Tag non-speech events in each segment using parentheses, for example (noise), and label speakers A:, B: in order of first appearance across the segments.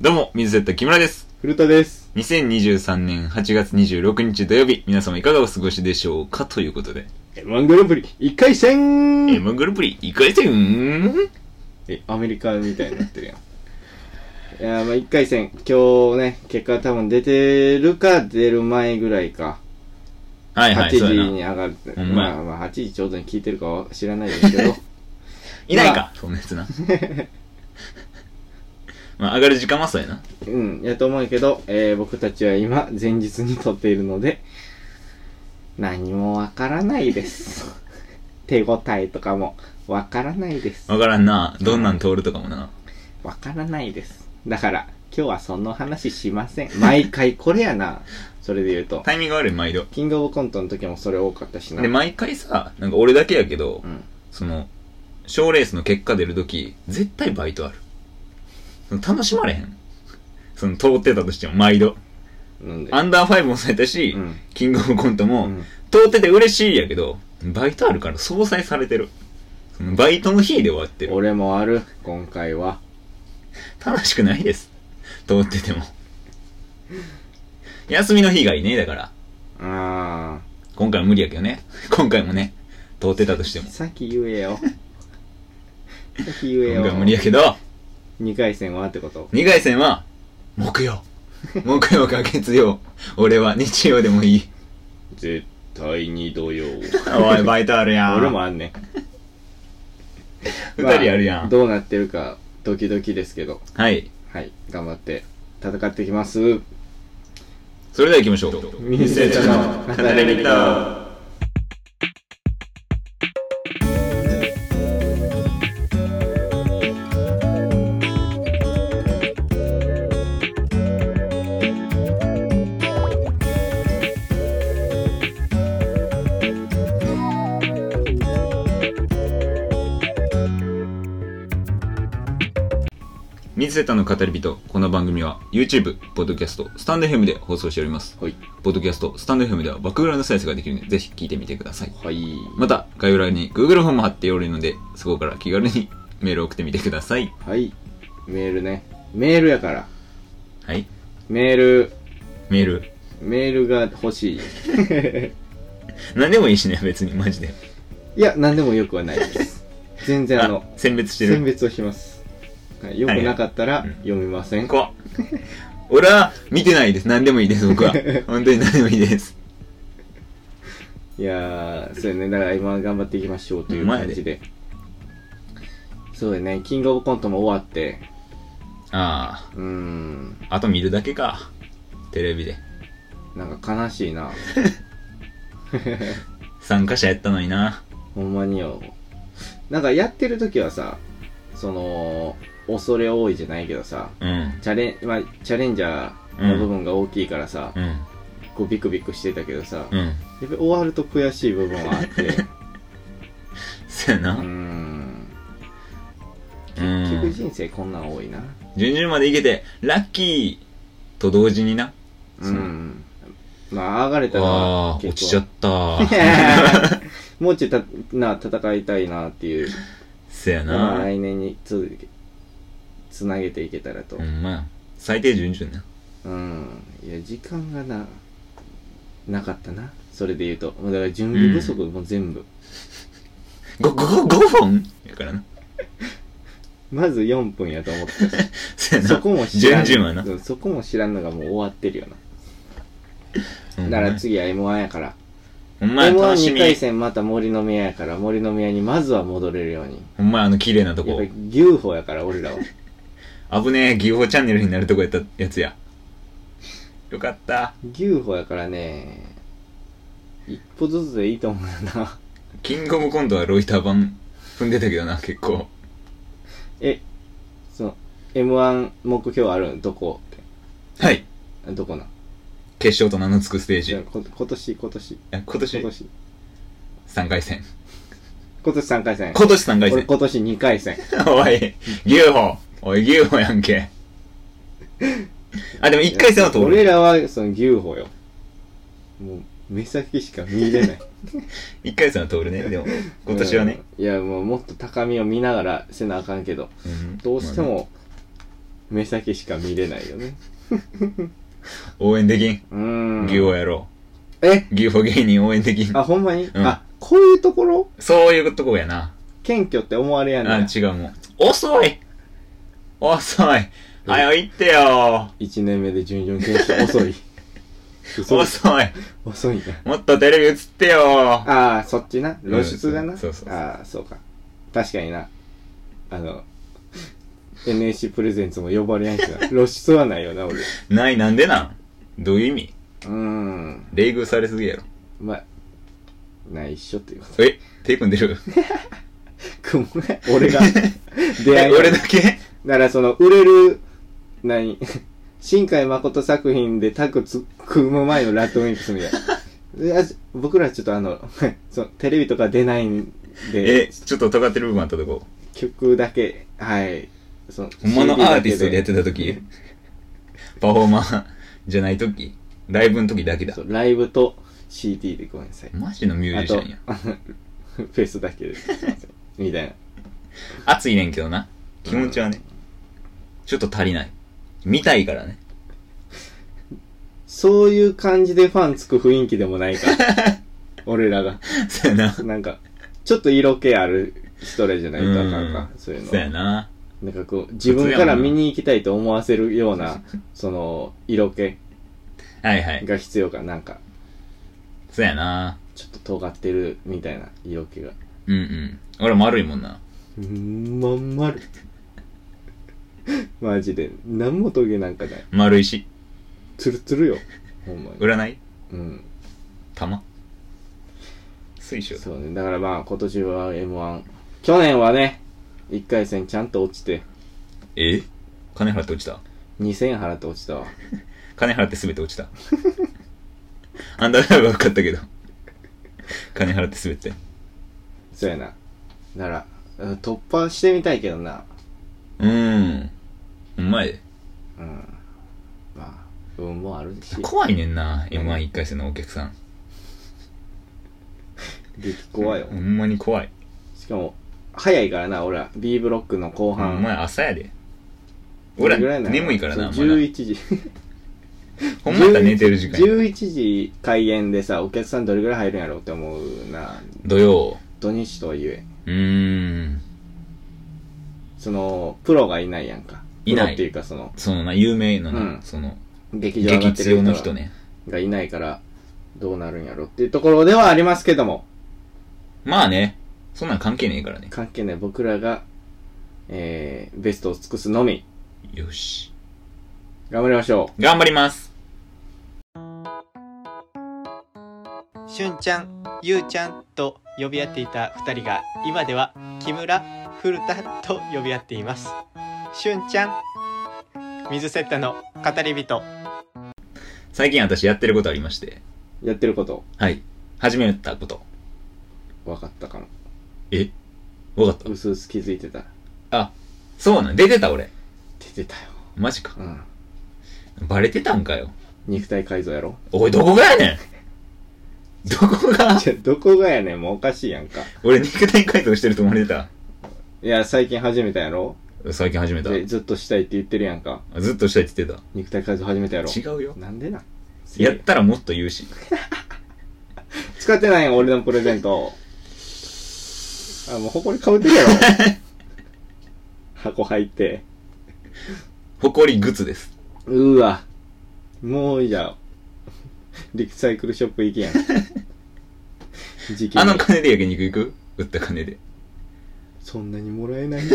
A: どうも、水瀬田木村です。
B: 古田です。
A: 2023年8月26日土曜日、皆様いかがお過ごしでしょうかということで、
B: M1 グランプリ1回戦
A: M1 グループリ1回戦
B: え、アメリカみたいになってるやん。い (laughs) やーまあ1回戦、今日ね、結果多分出てるか出る前ぐらいか。
A: はいは
B: 8
A: い、
B: 時
A: そうや
B: に
A: な。
B: 上がるって。
A: ほんまや
B: まあまあ8時ちょうどに聞いてるかは知らないですけど。
A: いないか、そんなやつ
B: (laughs)
A: な。まあ、上がる時間は (laughs) そうやな。
B: うん、やと思うけど、えー僕たちは今、前日に撮っているので、何もわからない
A: (laughs)
B: です。手応えとかもわからないです。
A: わからんな。どんなん通るとかもな。
B: わからないです。だから、今日はその話しません。毎回これやな。それで言うと。
A: タイミング悪い、毎度。
B: キングオブコントの時もそれ多かったしな。
A: で、毎回さ、なんか俺だけやけど
B: う、ん。
A: その、賞レースの結果出るとき、絶対バイトある。その楽しまれへん。その、通ってたとしても、毎度。
B: なんで。
A: アンダーファイブもされたし、
B: うん
A: キングオブコントも、
B: うん
A: 通ってて嬉しいやけど、バイトあるから相殺されてる。そのバイトの日で終わってる。
B: 俺もある、今回は。
A: 楽しくないです。通ってても。休みの日がいいね、だから。
B: あ
A: 今回は無理やけどね。今回もね、通ってたとしても
B: ー。。さっき言えよ。 (laughs) さっき言え
A: 今
B: よ
A: 回は無理。やけど、
B: 2回戦はってこと
A: 2回戦は、木曜。木曜か月曜。俺は日曜でもいい。
B: 絶対に土曜。
A: おい、バイトあるやん。
B: (laughs) 俺もあんねん。
A: (laughs) 二人あるや
B: まあ
A: ん。
B: どうなってるか、ドキドキですけど。
A: はい。
B: はい、頑張って戦ってきます。
A: それでは行きましょう。
B: ミスターの語り人
A: 水瀬田の語り人、この番組は YouTube、ポッドキャスト、スタンド FM で放送しております。
B: はい。
A: ポッドキャスト、スタンド FM ではバックグラウンド再生ができるので、ぜひ聞いてみてください。
B: はい。
A: また、概要欄に Google フォーム貼っておるので、そこから気軽にメールを送ってみてください。
B: はい。メールね。メールやから。
A: はい。
B: メール、
A: メール。
B: メールが欲しい。
A: 何でもいいしね、別に、マジで。
B: いや、なんでもよくはな
A: (laughs)
B: いです。全然あの、
A: 選別して
B: 選
A: る。
B: 別をします。はいよくなかったら
A: はいはいうん
B: 読みません。
A: 怖っ俺は見てないです。何でもいいです、僕 (laughs) は。本当に何でもいいです。
B: いやー、そうやね。だから今頑張っていきましょうとい
A: ほ
B: う
A: んまや
B: 感
A: で
B: じで。そうやね。キングオブコントも終わって、
A: あ
B: うーん、
A: あ、あと見るだけか。テレビで。
B: なんか悲しいな。
A: 参加者やったのにな。
B: ほんまによ。なんかやってる時はさ、その、恐れ多いじゃないけどさ、
A: うん。
B: チャレン、まあ、チャレンジャーの部分が大きいからさ、
A: うん。
B: こうビクビクしてたけどさ、やっ
A: うん。
B: ぱり終わると悔しい部分はあって、
A: (laughs) そや
B: うー
A: な。
B: ん。
A: うん
B: 結局人生こんなん多いな。
A: 順々までいけて、ラッキーと同時にな。
B: う。
A: そうん
B: まあ、あがれたら。
A: ああ、落ちちゃった
B: (laughs) もうちょいたな戦いたいなっていう、
A: せや
B: まあ、
A: な。
B: 来年につつなげていけたらと
A: ほ。んまや。最低順々な。
B: うんいや時間がななかったなそれで言うともうだから準備不足も全部、
A: ご、ご、ご、5本やからな。
B: まず4分やと思ってたし
A: せやな。
B: (laughs) そこも知らん
A: 順々はな。
B: うんそこも知らんのがもう終わってるよな
A: うん
B: だから次は m 1やから、
A: ほんまや、
B: m
A: 楽
B: 1
A: し
B: 二
A: み。
B: 回戦また森の宮やから森の宮にまずは戻れるように
A: ほんまや、あの綺麗なと
B: やっぱ
A: こ
B: り。牛歩やから俺ら
A: (laughs)
B: は
A: 危ねえ、ギフォチャンネルになるとこやったやつや。よかった。
B: 牛歩やからね一歩ずつでいいと思うよな (laughs)
A: キングオブコントはロイター版踏んでたけどな、結構。
B: えその m 1目標あるんどこっ
A: はい。
B: てどこなん
A: 決勝と名の付くステージ。
B: じ
A: い
B: ゃあこ今年今年
A: や今
B: 今
A: 年
B: 年
A: 3回戦。
B: 今年3回戦。
A: 今年3回
B: 俺
A: 戦。
B: 今年2回戦。
A: (laughs) おい、牛歩。おい、牛歩やんけ。あ、でも1回戦は通
B: 俺
A: る。
B: らは、その牛歩よ。もう、目先しか見れない。
A: 1回戦は通るね。でも、今年はね。
B: うん。いや、もうもっと高みを見ながらせなあかんけど、
A: ん
B: どうして。も、目先しか見れないよね。
A: 応援できん。
B: うーん。
A: 牛をやろ
B: え
A: う。牛を芸人応援できん。
B: あ、ほんまに、
A: うん
B: あ、こういうところ
A: そういうとこやな。
B: 謙虚って思われや
A: あ、
B: ねん。
A: 違うもん。遅い遅いはよ、行ってよ
B: 一年目で準々決勝遅
A: (laughs)
B: い。嘘
A: 遅い
B: 遅いな。
A: もっとテレビ映ってよ
B: ああ、そっちな。露出が
A: う
B: な。
A: んそうそうそう
B: ああ、そうか。確かにな。あの、NSC プレゼンツも呼ばれやんしな。露出はないよな、俺。う
A: ない、なんでなんどういう意味
B: ーん。
A: 冷遇されすぎやろ。
B: まあ、ないっしょっていうこと。
A: え手組んでる
B: くもね、俺
A: (laughs)
B: が出会
A: え
B: いが
A: (laughs) 俺だけ
B: だからその、売れる、何 (laughs) 新海誠作品でタッグつ組む前のラッドウィンプスみたいな。い
A: (laughs)
B: や僕らちょっとあの、 (laughs) そのテレビとか出ないん
A: え、
B: で、
A: ちょっと尖ってる部分あったとこ。
B: 曲だけ、はい。その、
A: ほんまの
B: CD
A: アーティストでやって
B: だ
A: た時パフォーマーじゃない時ライブの時だけ
B: けで
A: だ
B: そ。うライブと CD でごめんなさい。
A: マジのミュー
B: あ
A: ジシ
B: と、 (laughs)
A: ャンや。
B: あのフェスだけです。すいませんみたいな。
A: 熱いねんけどな。気持ちはね、ちょっと足りない。見たいからね。 (laughs)
B: そういう感じでファンつく雰囲気でもないから。
A: (laughs)
B: 俺らが。
A: そうやな。
B: なんか、ちょっと色気ある人らじゃないとあかんか、
A: うん
B: そういうの。
A: そうやな。
B: なんかこう、自分から見に行きたいと思わせるような、その、色気
A: はいはい。
B: が必要か、なんか、
A: そうやな。
B: ちょっと尖ってるみたいな色気が。
A: うんうん。俺丸いもんな。
B: うーん、まんまる。マジで、なんもトゲなんかない。
A: 丸いし。
B: ツルツルよ。ほんまに。
A: 占い
B: うん。
A: 玉水晶
B: そうね。だからまあ、今年は M1。去年はね、1回戦ちゃんと落ちて、
A: え金払って落ちた
B: 2000円払って落ちたわ。
A: 金払って全て落ちた。あんたらは分かったけど。金払って全て。
B: そうやな。なら、うん突破してみたいけどな。
A: うーん。ほんまやで。
B: うん。まあ、運もあるし、
A: 怖いねんな。M11 回戦のお客さん。
B: 激怖いよ
A: ほ。んまに怖い。
B: しかも、早いからな、俺ら。B ブロックの後
A: ほん
B: 半。
A: まや朝やで。俺ら眠いからな、ま
B: そう
A: だ。
B: 11時。
A: ほんまやったら寝てる時間や。
B: 11時開演でさ、お客さんどれぐらい入るんやろうって思うな。
A: 土曜。
B: 土日とは言え。
A: うーん。
B: その、プロがいないやんか。
A: いない
B: プロっていうか、その、
A: そのな、有名のな、
B: うん
A: その、
B: 劇場上が
A: 激
B: ってる
A: 強の
B: 人
A: 人
B: が
A: ね。
B: がいないから、どうなるんやろっていうところではありますけども。
A: まあね。そんなん関係ねえからね。
B: 関係ない僕らが、えー、ベストを尽くすのみ、
A: よし。
B: 頑張りましょ
A: 頑張ります。
C: しゅんちゃん、ゆうちゃんと呼び合っていた2人が今では木村、古田と呼び合っています。しゅんちゃん、水セッタの語り人。
A: 最近私やってることありまして。
B: う。やってること、
A: はい。始めたこと。
B: 分かったかも。
A: えわかっ
B: うすうす気づいてた。
A: た。あ、そうなん。出てた俺。
B: 出てたよ。
A: マジか
B: う。ん。
A: バレてたんかよ。
B: 肉体改造やろ (laughs)
A: おい、どこがやねんどこが
B: じゃ、どこがやねん、もうおかしいやんか。
A: 俺肉体改造してると思われてた。
B: いや、最近始めたやろ
A: 最近始めた。
B: で、ずっとしたいって言ってるやんか。
A: ずっとしたいって言っ
B: 肉体改造始めたやろ
A: てた。違うよ。
B: なんでなん
A: やったらもっと言うし。
B: 使ってないやん、俺のプレゼント。あ、もう埃かぶってるやろ。箱入って。
A: 誇りグツです。
B: うーわ。もうじゃあ、 (laughs) リサイクルショップ行けやん。
A: (laughs)
B: 時期
A: あの金で焼肉行く売った金で。
B: そんなにもらえない (laughs)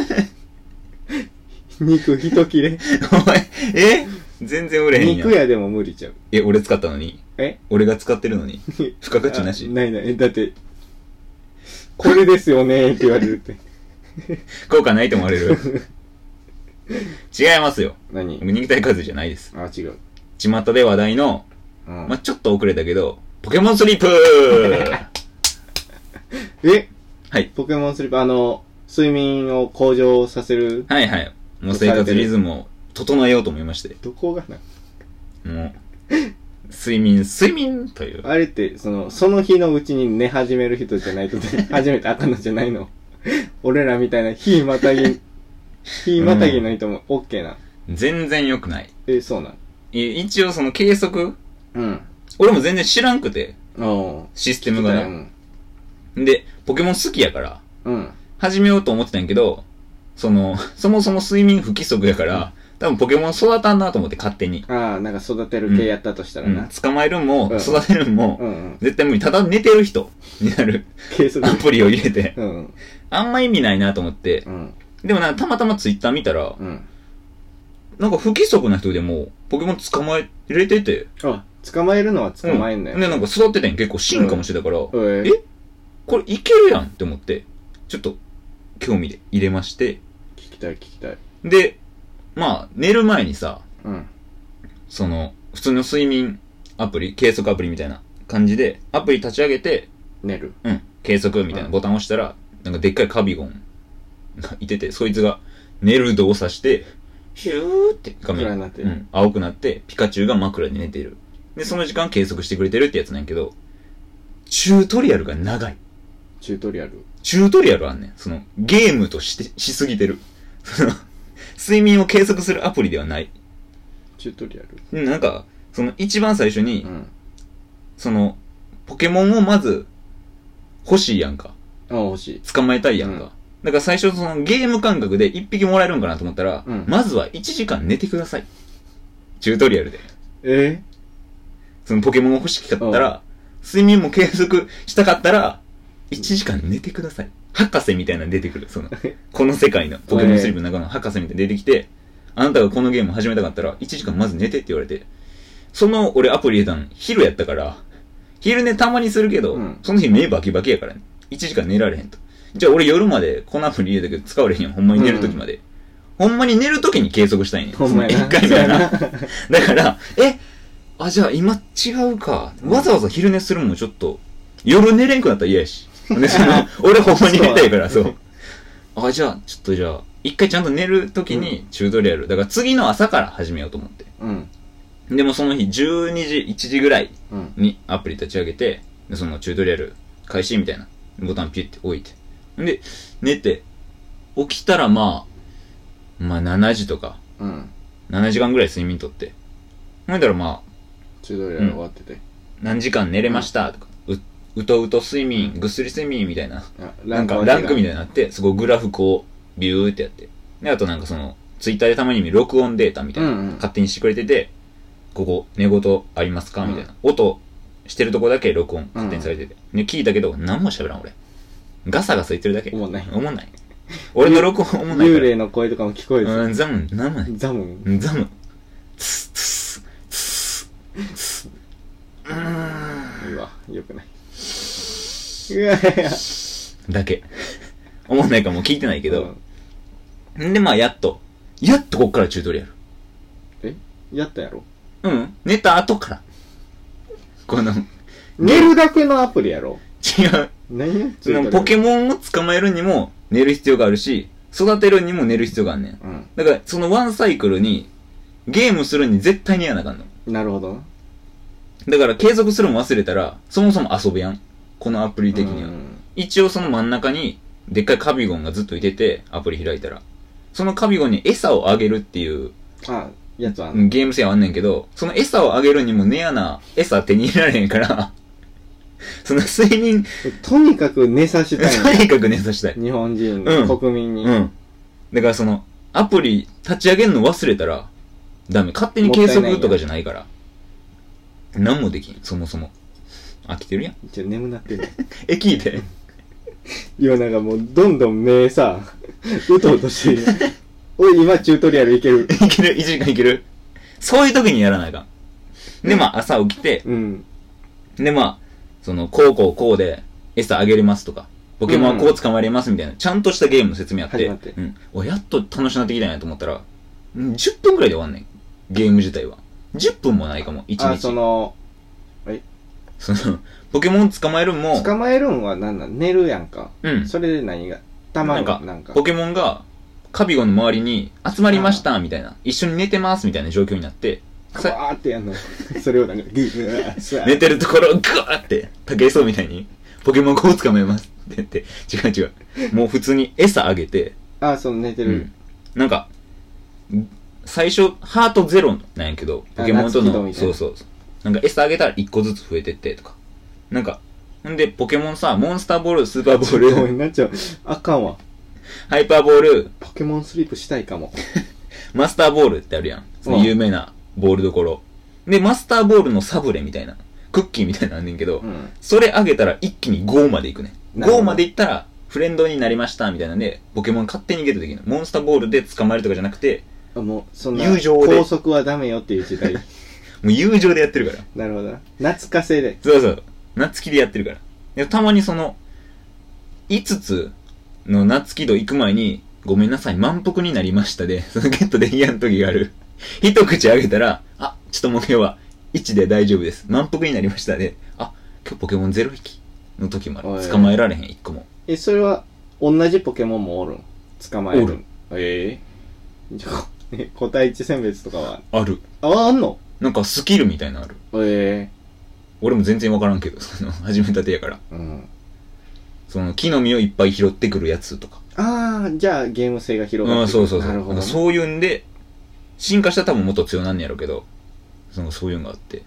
B: 肉一切れ。
A: お前、え全然売れへんや
B: 肉
A: ん。
B: 屋でも無理ちゃう。
A: え、俺使ったのに
B: え
A: 俺が使ってるの (laughs) に付加価値な
B: あ
A: し。
B: ないない。だって、これですよねって言われる
A: (laughs)
B: って。
A: 効果ないと思われる。 (laughs) 違いますよ。
B: 何
A: 肉体改造じゃないです。
B: あ、違う。
A: 巷で話題の、
B: うん
A: まあ、ちょっと遅れたけど、ポケモンスリ
B: (laughs)
A: ープは
B: え
A: はい
B: ポケモンスリープ、あの、睡眠を向上させる、
A: いはい。もう生活リズムを整えようと思いまして。
B: どこがな。
A: もう、睡眠、睡眠という。
B: あれって、その、その日のうちに寝始める人じゃないと、 (laughs) 初めてあかんの (laughs) じゃないの。俺らみたいな、日またぎ、日またぎの人もオッケーな。
A: 全然良くない。
B: え、そうなん
A: い一応その計測
B: うん。
A: 俺も全然知らんくて、
B: おう。
A: システムが
B: う
A: ね。
B: ん。
A: で、ポケモン好きやから、
B: うん。
A: 始めようと思ってたんやけど、その、 (laughs) そもそも睡眠不規則やから、多分ポケモン育たんなと思って勝手に。
B: ああ、なんか育てる系やったとしたら
A: う、。
B: なん
A: 捕まえるんも
B: う、ん
A: 育てるんも
B: う、んうん。
A: 絶対無理。ただ寝てる人にな
B: (laughs)
A: る
B: 計測
A: ア。プリを入れて、
B: うん。
A: あんま意味ないなと思って。
B: うん。
A: でもなんかたまたまツイッター見たら、
B: うん。
A: なんか不規則な人でも、ポケモン捕まえ、入れてて、
B: あ、捕まえるのは捕まえんね
A: うんで、なんか育ってたんや結構進化もしてたから、
B: おい
A: えこれいけるやんって思って、ちょっと、興味で入れまして、
B: 聞きたい聞きたい。
A: で、まあ、寝る前にさ、
B: うん。
A: その、普通の睡眠アプリ、計測アプリみたいな感じで、アプリ立ち上げて、
B: 寝る。
A: うん、計測みたいな
B: うん
A: ボタン押したら、なんかでっかいカビゴン (laughs) がいてて、そいつが寝る動作して、ヒューって画面、
B: 暗くなって
A: う
B: る
A: ん、青くなって、ピカチュウが枕で寝てる。で、その時間計測してくれてるってやつなんやけど、チュートリアルが長い。
B: チュートリアル。
A: チュートリアルあんねん。その、ゲームとして、しすぎてる。 (laughs) その、睡眠を計測するアプリではない。
B: チュートリア
A: う
B: ル。
A: んなんか、その一番最初に、
B: うん。
A: その、ポケモンをまず、欲しいやんか。
B: あ、欲しい。
A: 捕まえたいやんか。
B: うん
A: だから最初そのゲーム感覚で一匹もらえるんかなと思ったら、
B: うん
A: まずは1時間寝てください。チュートリアルで。
B: え
A: (laughs) そのポケモンが欲しかったら、睡眠も計測したかったら、1時間寝てください。博士みたいなの出てくる。そ
B: (laughs)
A: の、この世界のポケモンスリープの中の博士みたいなの出てきて、あなたがこのゲームを始めたかったら、1時間まず寝てって言われて、その俺アプリ入れたの昼やったから、昼寝たまにするけど、
B: うん
A: その日目バキバキやからね。1時間寝られへんと。じゃあ俺夜までこのアプリ入れたけど使われへんよ。ほんまに寝るときまで。ほんまに寝るときに計測したいねん。
B: ほんまやな。
A: 1回目は (laughs) な。
B: そうや
A: だから、え、あ、じゃあ今違うか。わざわざ昼寝するのもちょっと、夜寝れんくなったら嫌やし。で、その、 (laughs) 俺ほんまに寝たいから、そう。あ、じゃあ、ちょっとじゃあ、一回ちゃんと寝るときにチュートリアル。だから次の朝から始めようと思って。
B: うん。
A: でもその日12時、1時ぐらい
B: うん。
A: にアプリ立ち上げて、でそのチュートリアル開始みたいなボタンピュって置いて。で、寝て、起きたらまあ、まあ7時とか、
B: うん。
A: 7時間ぐらい睡眠とって。ほんだらまあ、
B: チュートリアル終わってて。
A: 何時間寝れましたとか、う、うとうと睡眠、ぐっすり睡眠みたいな、
B: あ
A: なんか
B: は違う
A: ランクみたいになって、そこグラフこう、ビューってやって。で、あとなんかその、ツイッターでたまに見る録音データみたいな、
B: うんうん
A: 勝手にしてくれてて、ここ、寝言ありますかみたいな。音してるとこだけ録音、勝手にされてて。で、聞いたけど、何も喋らん俺。ガサガサ言ってるだけ。
B: おもんない
A: おもんない。俺の録音おもんない
B: 幽
A: から。
B: 霊の声とかも聞こえる
A: うん、ザム、何もない。
B: ザモン。
A: ザム。ツッツッツッツッうーん。
B: うわ、よくない。うわ、いや。
A: だけ。思わないからもう聞いてないけ
B: け
A: ど。、ん、で、まあ、やっと。やっとこっからチュートリアル。
B: (laughs) えやったやろ
A: うん。寝た後から。この、違
B: 寝るだけのアプリやろ
A: う。
B: 何や
A: そのポケモンを捕まえるにも寝る必要があるし、育てるにも寝る必要があんねん。
B: モン。
A: だから、そのワンサイクルに、ゲームするに絶対にやらなあかんの。
B: うん。なるほどな。
A: だから、継続するの忘れたら、そもそも遊べやん。このアプリ的には。
B: うん
A: 一応その真ん中に、でっかいカビゴンがずっといてて、アプリ開いたら。そのカビゴンに餌をあげるっていう
B: あ、やつはあんの
A: ゲーム性はあんねんけど、その餌をあげるにもネアな餌手に入れられへんから、 (laughs) その睡眠、
B: とにかく寝させ
A: と
B: たい
A: にかく寝さしたい。
B: の。日本人、
A: うん
B: 国民に。
A: うん。だからその、アプリ立ち上げるの忘れたら、ダメ。勝手に計測とかじゃないから。何もできん、そもそも。飽きてるやん。
B: ちょ、眠なってんの。
A: え、聞いて。 (laughs)
B: いや、なんかもう、どんどん目さ、うとうとして
A: (laughs)
B: る。おい、今、チュートリアルいける。
A: いける ?1 時間いけるそういう時にやらなあかん。で、まあ、朝起きて、
B: うん。
A: で、まあ、その、こうこうこうで、餌あげれますとか、ポケモンはこう捕まえれますみたいな、ちゃんとしたゲームの説明あって、
B: 始まって
A: うん。お、やっと楽しなってきたんやと思ったら、うん10分くらいで終わんねん。ゲーム自体は。10分もないかも、1
B: あ、
A: 日。
B: その、
A: その、ポケモン捕まえるんも、
B: 捕まえるんは何なん寝るやんか。
A: うん。
B: それで何がたま
A: なん
B: る
A: か
B: なんか
A: ポ。ケモンが、カビゴンの周りに集まりました、みたいな。一緒に寝てます、みたいな状況になって、さ
B: わーってやんの。それ
A: (laughs)
B: をなんか、グーグースワー
A: 寝てるところをグワーって、竹磯みたいに、ポケモンこう捕まえますって言って、違う違う。もう普通に餌あげて、
B: あ、その寝て
A: う
B: る
A: ん。なんか、最初、ハートゼロなんやけど、ポケモンと
B: あ夏希とみ
A: の、
B: たい
A: そ
B: な
A: うそうそう。なんか餌あげたら1個ずつ増えてって、とか。なんか、んで、ポケモンさ、モンスターボール、スーパーボー
B: ごめ
A: ル、
B: んなっちゃう。あかんわ。
A: ハイパーボール、
B: ポケモンスリープしたいかも。
A: マスターボールってあるやん。その有名なボールどころ。で、マスターボールのサブレみたいな、クッキーみたいなのあんねんけど、
B: うん。
A: それあげたら一気に5までいくね。
B: なるほど
A: 5までいったら、フレンドになりました、みたいなんで、ポケモン勝手にゲットできるの。モンスターボールで捕まえるとかじゃなくて、
B: あもう、そんな、
A: 友情で
B: 拘束はダメよっていう
A: (laughs)
B: 時代。
A: もう友情でやってるから。
B: なるほどな。夏かせで。
A: そうそう。夏希でやってるから。でたまにその、5つの夏希度行く前に、ごめんなさい、満腹になりましたで、そのゲットできやん時がある。一口あげたら、あ、ちょっともう今日は1で大丈夫です。満腹になりましたで、あ、今日ポケモン0匹の時もあ
B: おい
A: る。捕まえられへん、1個も。
B: え、それは、同じポケモンもおるん捕まえるん
A: おる
B: え (laughs) えじゃあ、え個体値選別とかは。
A: ある。
B: あ、あんの
A: なんかスキルみたいなのある。
B: え
A: 俺も全然わからんけど、その、始めたてやから。
B: えうん。
A: その、木の実をいっぱい拾ってくるやつとか。
B: ああ、じゃあ、ゲーム性が広が
A: う
B: っ
A: ん、
B: てく
A: そ
B: る
A: うそうそう。
B: なるほど
A: なん
B: ね。
A: かそういうんで、進化したら多分もっと強なんねやろうけど、その、そういうのがあって。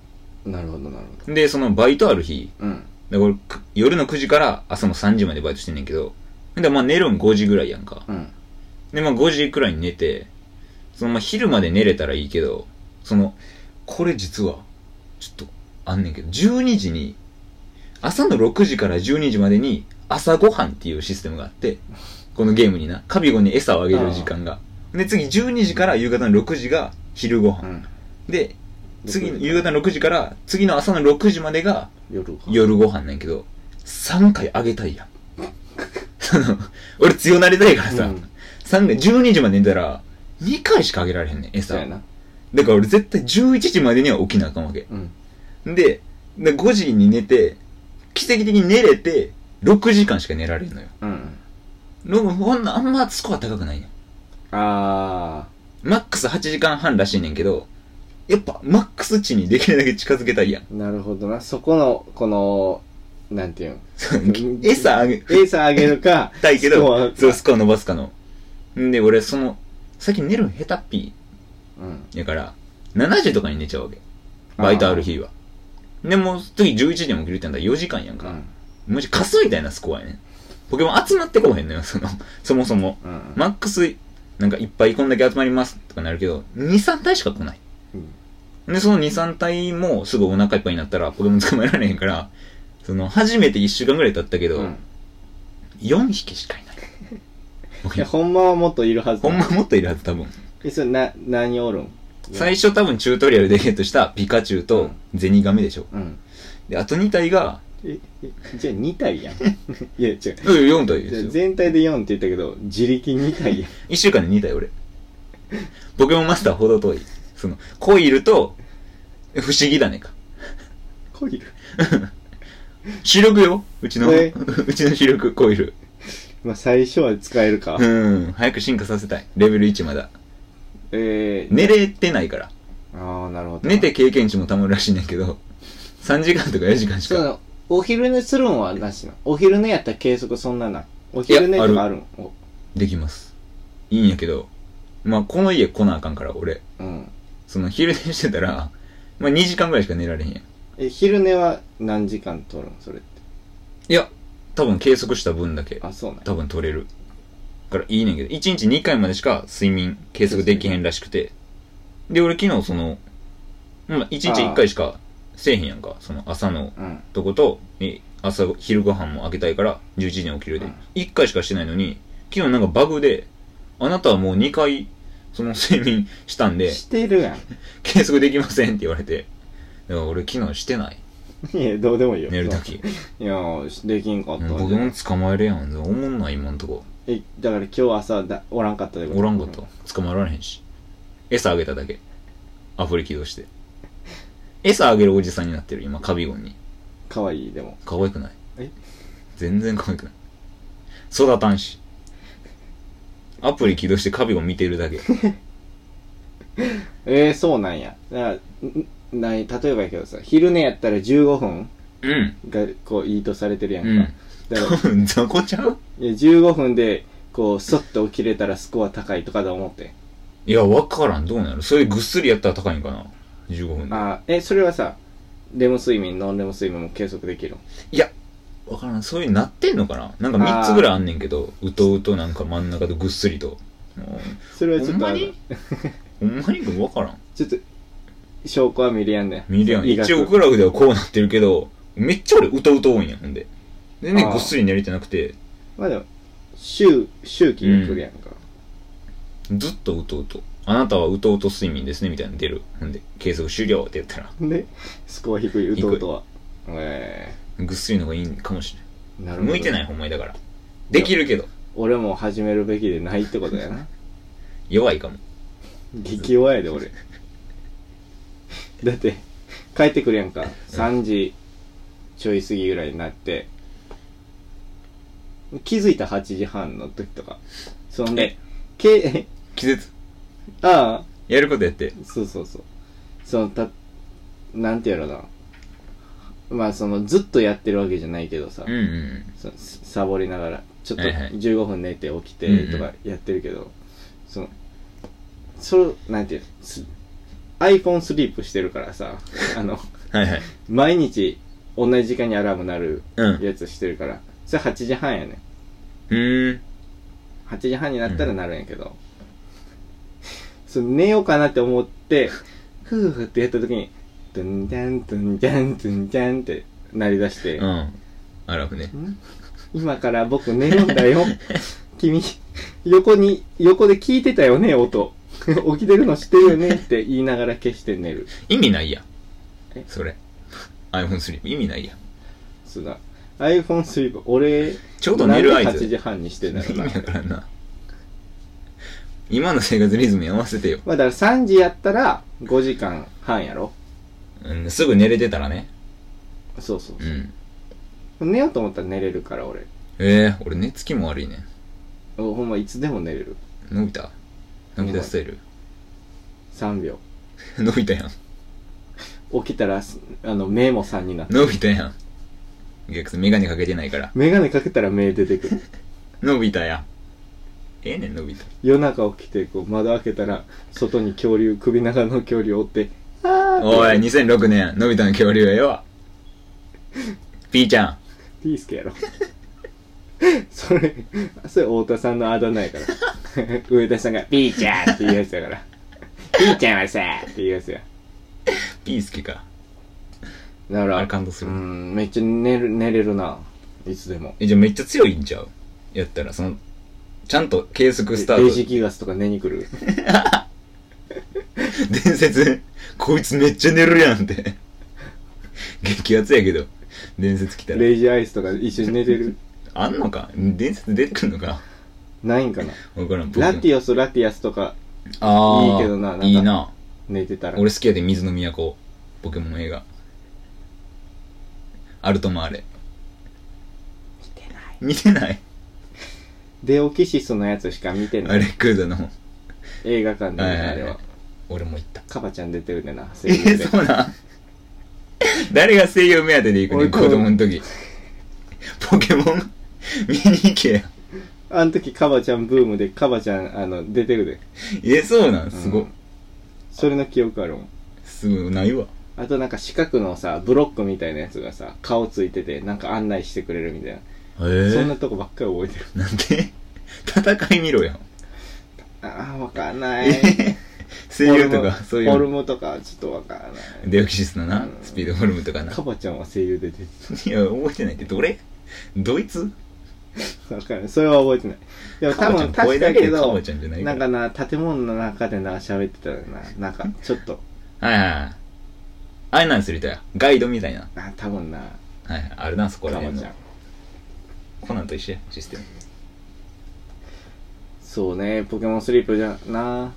B: なるほど、なるほど。
A: で、その、バイトある日、
B: うん。
A: で俺、く夜の9時から朝の3時までバイトしてんねんけど、で、まあ寝るん5時ぐらいやんか。
B: うん。
A: で、まあ5時くらいに寝て、その、まあ昼まで寝れたらいいけど、その、これ実は、ちょっと、あんねんけど、12時に、朝の6時から12時までに、朝ごはんっていうシステムがあって、このゲームにな、カビゴに餌をあげる時間が。で、次12時から夕方の6時が昼ご
B: う
A: はん。
B: ん。
A: で、次、
B: 6時
A: 夕方の6時から、次の朝の6時までが
B: 夜か。
A: 夜ご飯なんやけど、3回あげたいやん。その、俺強なりたい (laughs) からさ、
B: うん
A: 三回、12時まで寝たら、2回しかあげられへんねん、餌。
B: そうや
A: だか
B: な。
A: ら俺絶対11時までには起きなあかんわけ。
B: うん。
A: で、で5時に寝て、奇跡的に寝れて、6時間しか寝られんのよ。
B: うん。
A: のほんなあんまスコア高くないねん。
B: あ
A: マックス8時間半らしいねんけど、やっぱマックス値にできるだけ近づけたいやん。
B: あ、なるほどな。そこの、この、なんていう
A: (laughs)
B: ん。
A: 餌あげ、、
B: エーサーあげるか
A: (laughs) たいけど
B: スコア、
A: そう、スコア伸ばすかの。んで、俺、その、最近寝るん下手っぴ
B: うん。
A: やから、7時とかに寝ちゃうわけ。バイトある日は。で、もう、次11時に起きるってなったら4時間やん
B: う
A: か。
B: ん。
A: もしかすみたいなスコアやねん。ポケモン集まってこうへんのよ、その、 (laughs) そもそも。
B: うん。
A: マックス、なんかいっぱいこんだけ集まりますとかなるけど、2、3体しか来ない。
B: うん
A: で、その2、3体もすぐお腹いっぱいになったらポケモン捕まえられへんから、その、初めて1週間ぐらい経ったけど、
B: うん
A: 4匹しか
B: (laughs)
A: いない。
B: いや、ほんまはもっといるはずだ
A: ほんまもっといるはず、多分。
B: え、それな、何おるん
A: 最初多分チュートリアルでゲットしたピカチュウ
B: う
A: と
B: ん
A: ゼニガメでしょ。
B: うん。
A: で、あと2体が、
B: え、えじゃあ2体
A: (laughs)
B: やん。いや、違う。じゃ
A: うん4体で
B: あ
A: すよ。
B: 全体で4って言ったけど、自力2体やん。
A: 1週間で2体俺。ポケモンマスターほど遠い。その、コイルと、不思議だねか。
B: コイル
A: 主力よ。うちの、
B: え
A: (laughs) うちの主力、コイル。
B: まあ、最初は使えるか。
A: うん。早く進化させたい。レベル1まだ。
B: えー、
A: 寝れてないから。
B: ああ、なるほど。
A: 寝て、経験値もたまるらしいねんだけど、3時間とか4時間し
B: そ
A: か。
B: の、お昼寝するんはなしな。お昼寝やったら計測そんなない。お昼寝
A: いや
B: とかあるんお
A: できます。いいんやけど、まあ、この家来なあかんから、俺。
B: うん。
A: その、昼寝してたら、まあ、2時間ぐらいしか寝られへんやん。
B: え、昼寝は何時間取るんそれって。
A: いや、多分計測した分だけ、
B: あ、そうなんや
A: 多分取れる。だから、いいねんけど、1日2回までしか睡眠計測できへんらしくて。で、俺昨日その、まあ、1日1回しかせえへんやんか。その、朝の
B: うん。
A: とこと、え朝、昼ご飯もあげたいから、11時に起きるで
B: うん。
A: 1回しかしてないのに、昨日なんかバグで、あなたはもう2回、その睡眠したんで、
B: してるやん。
A: (laughs) 計測できませんって言われて。だから俺昨日してない。
B: いや、どうでもいいよ。
A: 寝るとき。
B: いやー、できんかっ
A: う
B: た
A: ん
B: わ
A: ポケモン捕まえれやん。おもんない今んとこ。
B: え、だから今日朝だおらんかったで
A: おらんかった。捕まえられへんし。餌あげただけ。アフリ起動して。餌あげるおじさんになってる、今、カビゴンに。
B: かわいい、でも。
A: 可愛くない
B: え
A: 全然可愛くない。育たんし。アプリ起動してカビゴン見てるだけ。
B: えー、そうなんや。だから、んない、例えばやけどさ、昼寝やったら15分
A: うん。
B: が、こう、いいとされてるやんか。
A: うん。
B: だ
A: 多
B: から、
A: 分、雑魚ちゃう
B: いや15分で、こう、そっと起きれたらスコア高いとかだ思って。
A: いや、わからん。どうなるそれぐっすりやったら高いんかな ?15 分で。
B: あえそれはさレム睡眠ノンレム睡眠も計測できるの
A: いや、わからん。そういうなってんのかななんか3つぐらいあんねんけど、うとうとなんか真ん中とぐっすりと。も
B: それはちょっとあ
A: ほんま
B: の
A: にうほんまにわからん。
B: ちょっと証拠は見れやんね
A: 見るやん。
B: 医学
A: 一応グラフではこうなってるけど、めっちゃ俺うとうと多いんや、ほんで。全
B: あ
A: 然
B: ー
A: ぐっすり寝れてなくて、
B: まあでも周周期に来るやんか、
A: ずっとうとうと。あなたはうとうと睡眠ですね、みたいなの出る。ほんで、計測終了って言ったら、
B: でスコア低いうとうとはえ
A: ぐっすりの方がいいんかもしれない。
B: ー、なるほど
A: 向いてない、ほんまにだから。できるけど、
B: 俺も始めるべきでないってことやな
A: 弱いかも。
B: 激弱やで俺だって帰ってくるやんか3時ちょい過ぎぐらいになって気づいた8時半の時とかそんでけ (laughs)
A: 気絶。
B: ああ
A: やることやって。
B: そうそうそうそのたなんてやろなまあそのずっとやってるわけじゃないけどさ、
A: うんうん
B: そサボりながらちょっと
A: はいはい
B: 15分寝て起き
A: うんう
B: て
A: ん
B: とかやってるけど、そのそれなんていうのす iPhone スリープしてるから
A: (laughs)
B: さあの
A: うん。はいはい。
B: 毎日同じ時間にアラーム鳴る
A: うん。う
B: やつしてるからそれ8時半やね
A: ーん。
B: 8時半になったらなるんやけど、その寝ようかなって思ってふーってやった時にドゥンジャンドゥンジャンドゥンジャンって鳴り出して、
A: うん。アラブね。
B: ん今から僕寝るんだよ。 (laughs) 君、横に、横で聞いてたよね、音。 (laughs) 起きてるの知ってるよねって言いながら消して寝る。
A: 意味ないや
B: え。
A: それ。iPhone3。意味ないや。
B: そうだ。iPhone スリープ、俺、
A: ちょうど寝る合
B: なんで8
A: 図。
B: 時半にしてんだろう
A: 意
B: な。
A: 味わからんな。 (laughs) 今の生活リズムに合わせてよ。
B: まあだから3時やったら5時間半やろ。
A: うん、すぐ寝れてたらね。
B: そうそう
A: う。ん。
B: 寝ようと思ったら寝れるから、俺。
A: えー、俺寝つきも悪いね。
B: おほんまいつでも寝れる。
A: 伸びた伸びたスタイル。 (laughs)
B: 3秒。
A: 伸びたやん。
B: 起きたら、すあの、目も3になって。
A: 伸びたやん。逆にメガネかけてないから。
B: メガネかけたら目出てくる。
A: 伸びたやん。ええねん、伸びた。
B: 夜中起きてこう窓開けたら外に恐竜首長の恐竜おってあー
A: おい、2006年、のび太の恐竜はよ。ピーちゃ
B: ピースケやろ (laughs) それそれ太田さんのあだ名やから (laughs) 上田さんが「ピーちゃん」って言うやつやから (laughs) 「ピーちゃんはさ」って言うやつや
A: ん。ピー好きか。
B: だから
A: あれ感動する
B: うんめっちゃ寝る寝れるないつでも
A: え、じゃあめっちゃ強いんちゃうやったら、その、ちゃんと計測スタ
B: デジ
A: ート。
B: ギガスとか寝に来る
A: 伝説、こいつめっちゃ寝るやんって。激アツやけど、伝説来たら。
B: レイジアイスとか一緒に寝
A: (laughs)
B: てる
A: あんのか伝説出てくんのか
B: ないんかな
A: わからん。僕
B: ラティオスラティアスとか
A: あー
B: いいけどななんか
A: いいな。
B: 寝てたら
A: 俺好きやで、水の都。ポケモン映画。アルトマーレ。見てない
B: デオキシスのやつしか見て
A: あ
B: ない
A: れ、クーザの。
B: 映画館で見
A: はいはいは
B: た
A: い
B: あれは
A: 俺も行った。
B: カバちゃん出てるねんな、声
A: え
B: (laughs) 優で。
A: そうなん誰が声優目当てで行くね
B: 俺
A: ん子供の時。ポケモン見に行けや。
B: あの時カバちゃんブームでカバちゃん、あの、出てるで。
A: え、そうなんすご、
B: うんそれの記憶あるもん。
A: すごい、ないわ。
B: あとなんか四角のさ、ブロックみたいなやつがさ、顔ついてて、なんか案内してくれるみたいな。
A: え
B: そん
A: ー
B: な、とこばっかり覚えてる。
A: なんで (laughs) 戦い見ろや。
B: ああ、わかんない。
A: (laughs) え声優とか、そうい
B: フォル
A: う。
B: ムとか、ちょっとわからない。
A: デオキシスのな
B: うん、
A: スピードフォルムとかな。い
B: カバちゃんは声優で出て
A: や、覚えてないって、どれドイツ
B: る。わかんない。それは覚えてない。でも多
A: カバちゃ
B: 分
A: ん
B: 確
A: 声
B: か
A: だけ
B: け
A: でカ
B: ど
A: バ、ちゃんじゃない
B: なん
A: か
B: かな、建物の中でな、喋ってたよな。なんか、ちょっと、
A: ら。はいはいはい。あれなんする人や。ガイドみたいな。
B: あ、多分な、
A: はいはい。あるな、そこ
B: カ
A: ら
B: バ
A: 辺
B: ち
A: の
B: ゃん。。
A: コナンと一緒や、システム。
B: そうね、ポケモンスリープじゃな。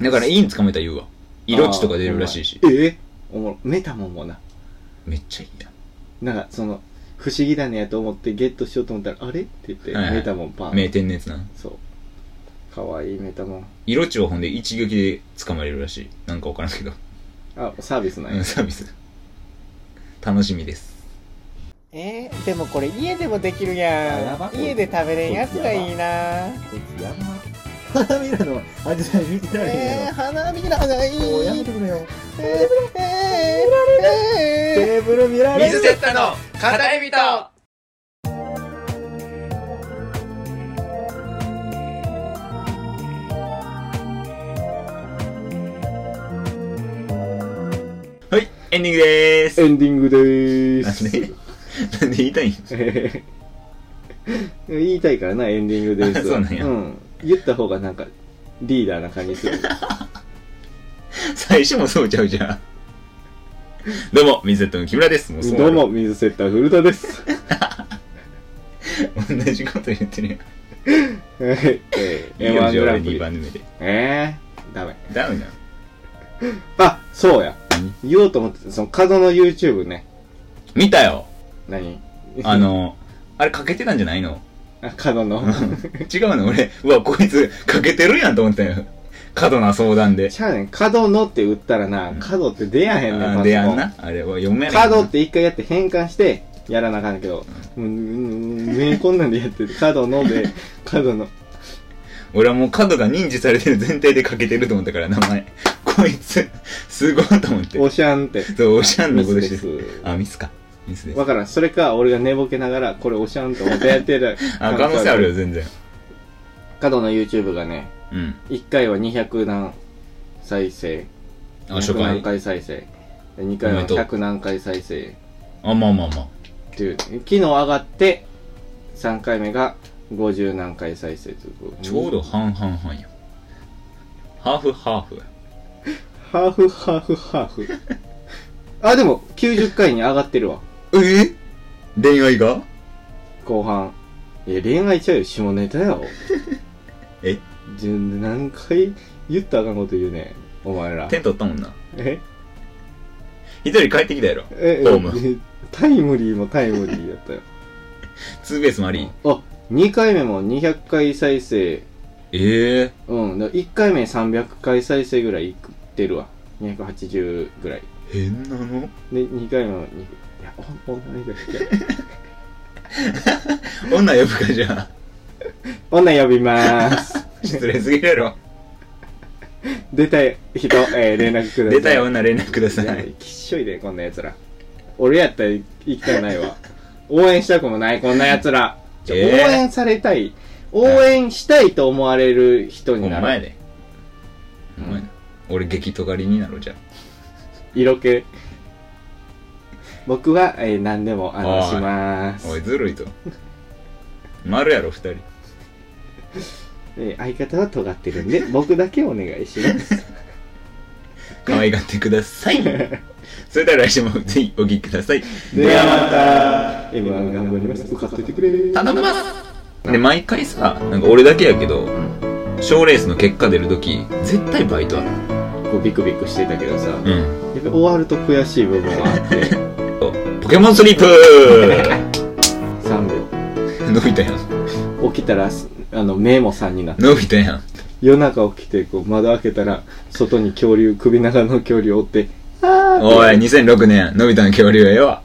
A: だから、イン捕まえたら言うわ。色地とか出るらしいし
B: あ。ー。ほんまえおもろ、メタモンもな。
A: めっちゃいいやん。
B: なんか、その、不思議だねやと思ってゲットしようと思ったら、あれって言って、
A: はいはい
B: メタモンパン。
A: 名店のやつな。
B: そう。かわいいメタモン。
A: 色地はほんで一撃で捕まえれるらしい。なんかわからんけど。
B: あ、サービスな
A: う
B: い
A: ん、。サービス。楽しみです。
C: えー、でもこれ家でもできるや
B: やば
C: ん家で食べれんやつがいいな
B: こいつやば。
D: 花びらのアジサイ見てられへん
C: え
D: や
C: ー、花びらがいい
D: ろ。もうやめてくれよ。
C: えーえーえー
B: テーブル見られる
C: 水セッタの語り人
A: はい、エンディングでーす。
B: エンディングでー
A: なん
B: す
A: でなんで言いたいん
B: えー (laughs) 言いたいからなエンディングでーす
A: (laughs) そうなんや
B: ん、言った方がなんかリーダーな感じす
A: (laughs)
B: る
A: 最初もそうちゃうじゃん。どうも、ミゼットの木村です。もそう
B: どうも。水セッター古田です
A: (laughs) 同じこと言ってる
B: えー、
A: やん。いい
B: M1
A: よ、じゃ
B: グ
A: あ
B: ラ
A: 俺
B: ンプ
A: 2
B: リ
A: 番目で。
B: えー、ダメ
A: ダメなの
B: あそうや言おうと思ってたその角の YouTube ね
A: 見たよ。
B: 何
A: あの、あれかけてたんじゃない
B: (laughs)
A: の
B: あ (laughs) 角
A: (laughs)
B: の
A: 違うの俺、うわ、こいつかけてるやんと思ったよ。過度な相談で。
B: ちゃうねん角のって打ったらな
A: うん
B: 角って出やへんねんパソコ
A: あ
B: ン
A: でやんな。あれは読めない。
B: カードって一回やって変換してやらなあかんけど、もう、うん全員こんなんでやってて、カード
A: (laughs)
B: ので、カードの、
A: 俺はもう角が認知されてる前提でかけてると思ったから、名前。 (laughs) こいつ、すごいと思って。
B: オシャンって。
A: そう、おしゃんのことして
B: ミスで
A: る。
B: す
A: あ、ミスか。ミスです。
B: わ。からん。それか、俺が寝ぼけながら、これオシャンと思ってやってる
A: あ、可能性あるよ、。全然。
B: カードの YouTube がね、
A: うん。
B: 1回は200何再生。
A: あ、初
B: 200何
A: 回。
B: 回再生。2回
A: おめで
B: は
A: とう
B: 100何回再生。
A: あ、まあまあまあ。
B: っていう。昨日上がって、3回目が50何回再生ということ
A: ちょうど。半々半や。ハーフハーフ。
B: ハーフ、ハーフ、ハーフ。 (laughs) あ、でも、90回に上がってるわ。
A: え恋愛が
B: 後半いや恋愛ちゃうよ下ネタやろ
A: (laughs) え
B: 自分で何回言ったらあかんこと言うねんお前ら
A: 点取ったもんな。
B: え
A: 一人帰ってきたやろ。
B: え
A: ホーム
B: えタイムリーもタイムリーやったよ
A: ツーベースもあり。
B: あ2回目も200回再生
A: ええ
B: うんだ1回目300回再生ぐらいいってるわ280ぐらい
A: 変なの
B: で2回目も2いやお女呼び
A: 女呼ぶかじゃあ。
B: 女呼びまー
A: (laughs)
B: す
A: 失礼すぎる
B: (laughs)
A: やろ。
B: 出たい人、えー連絡ください
A: 出たよ、女連絡くださ
B: いや
A: い。
B: きっしょいでこんな奴ら俺やったら行きたくな
A: (laughs)
B: いわ応援したくもないこんな奴ら、ちょ
A: えー
B: 応援されたい応援したいと思われる人
A: ほ
B: に
A: ん
B: な
A: まや
B: る
A: で。ほんまやな。俺激とがりになろうじゃ
B: 色気僕は、えー何でもあの
A: おい
B: しまー
A: あ。おい、
B: す、
A: ずるいと。丸やろ、二人。
B: えー相方は尖ってるんで僕だけお願いします
A: 可愛がってください。それでは来週もぜひお聞きください。
B: ではまた M1 頑張ります受かっといてくれ
A: 頼みますで毎回さなんか俺だけやけど賞ーレースの結果出るとき絶対バイトある
B: こうビクビクしてたけどさ、やっ
A: うん
B: ぱ終わると悔しい部分はあって
A: ポケモンスリープ
B: 3秒
A: 伸びたやん
B: 起きたらすあの目も3になった
A: 伸びたやん
B: 夜中起きてこう窓開けたら外に恐竜首長の恐竜おってあー
A: おい2006年伸びたの恐竜はよ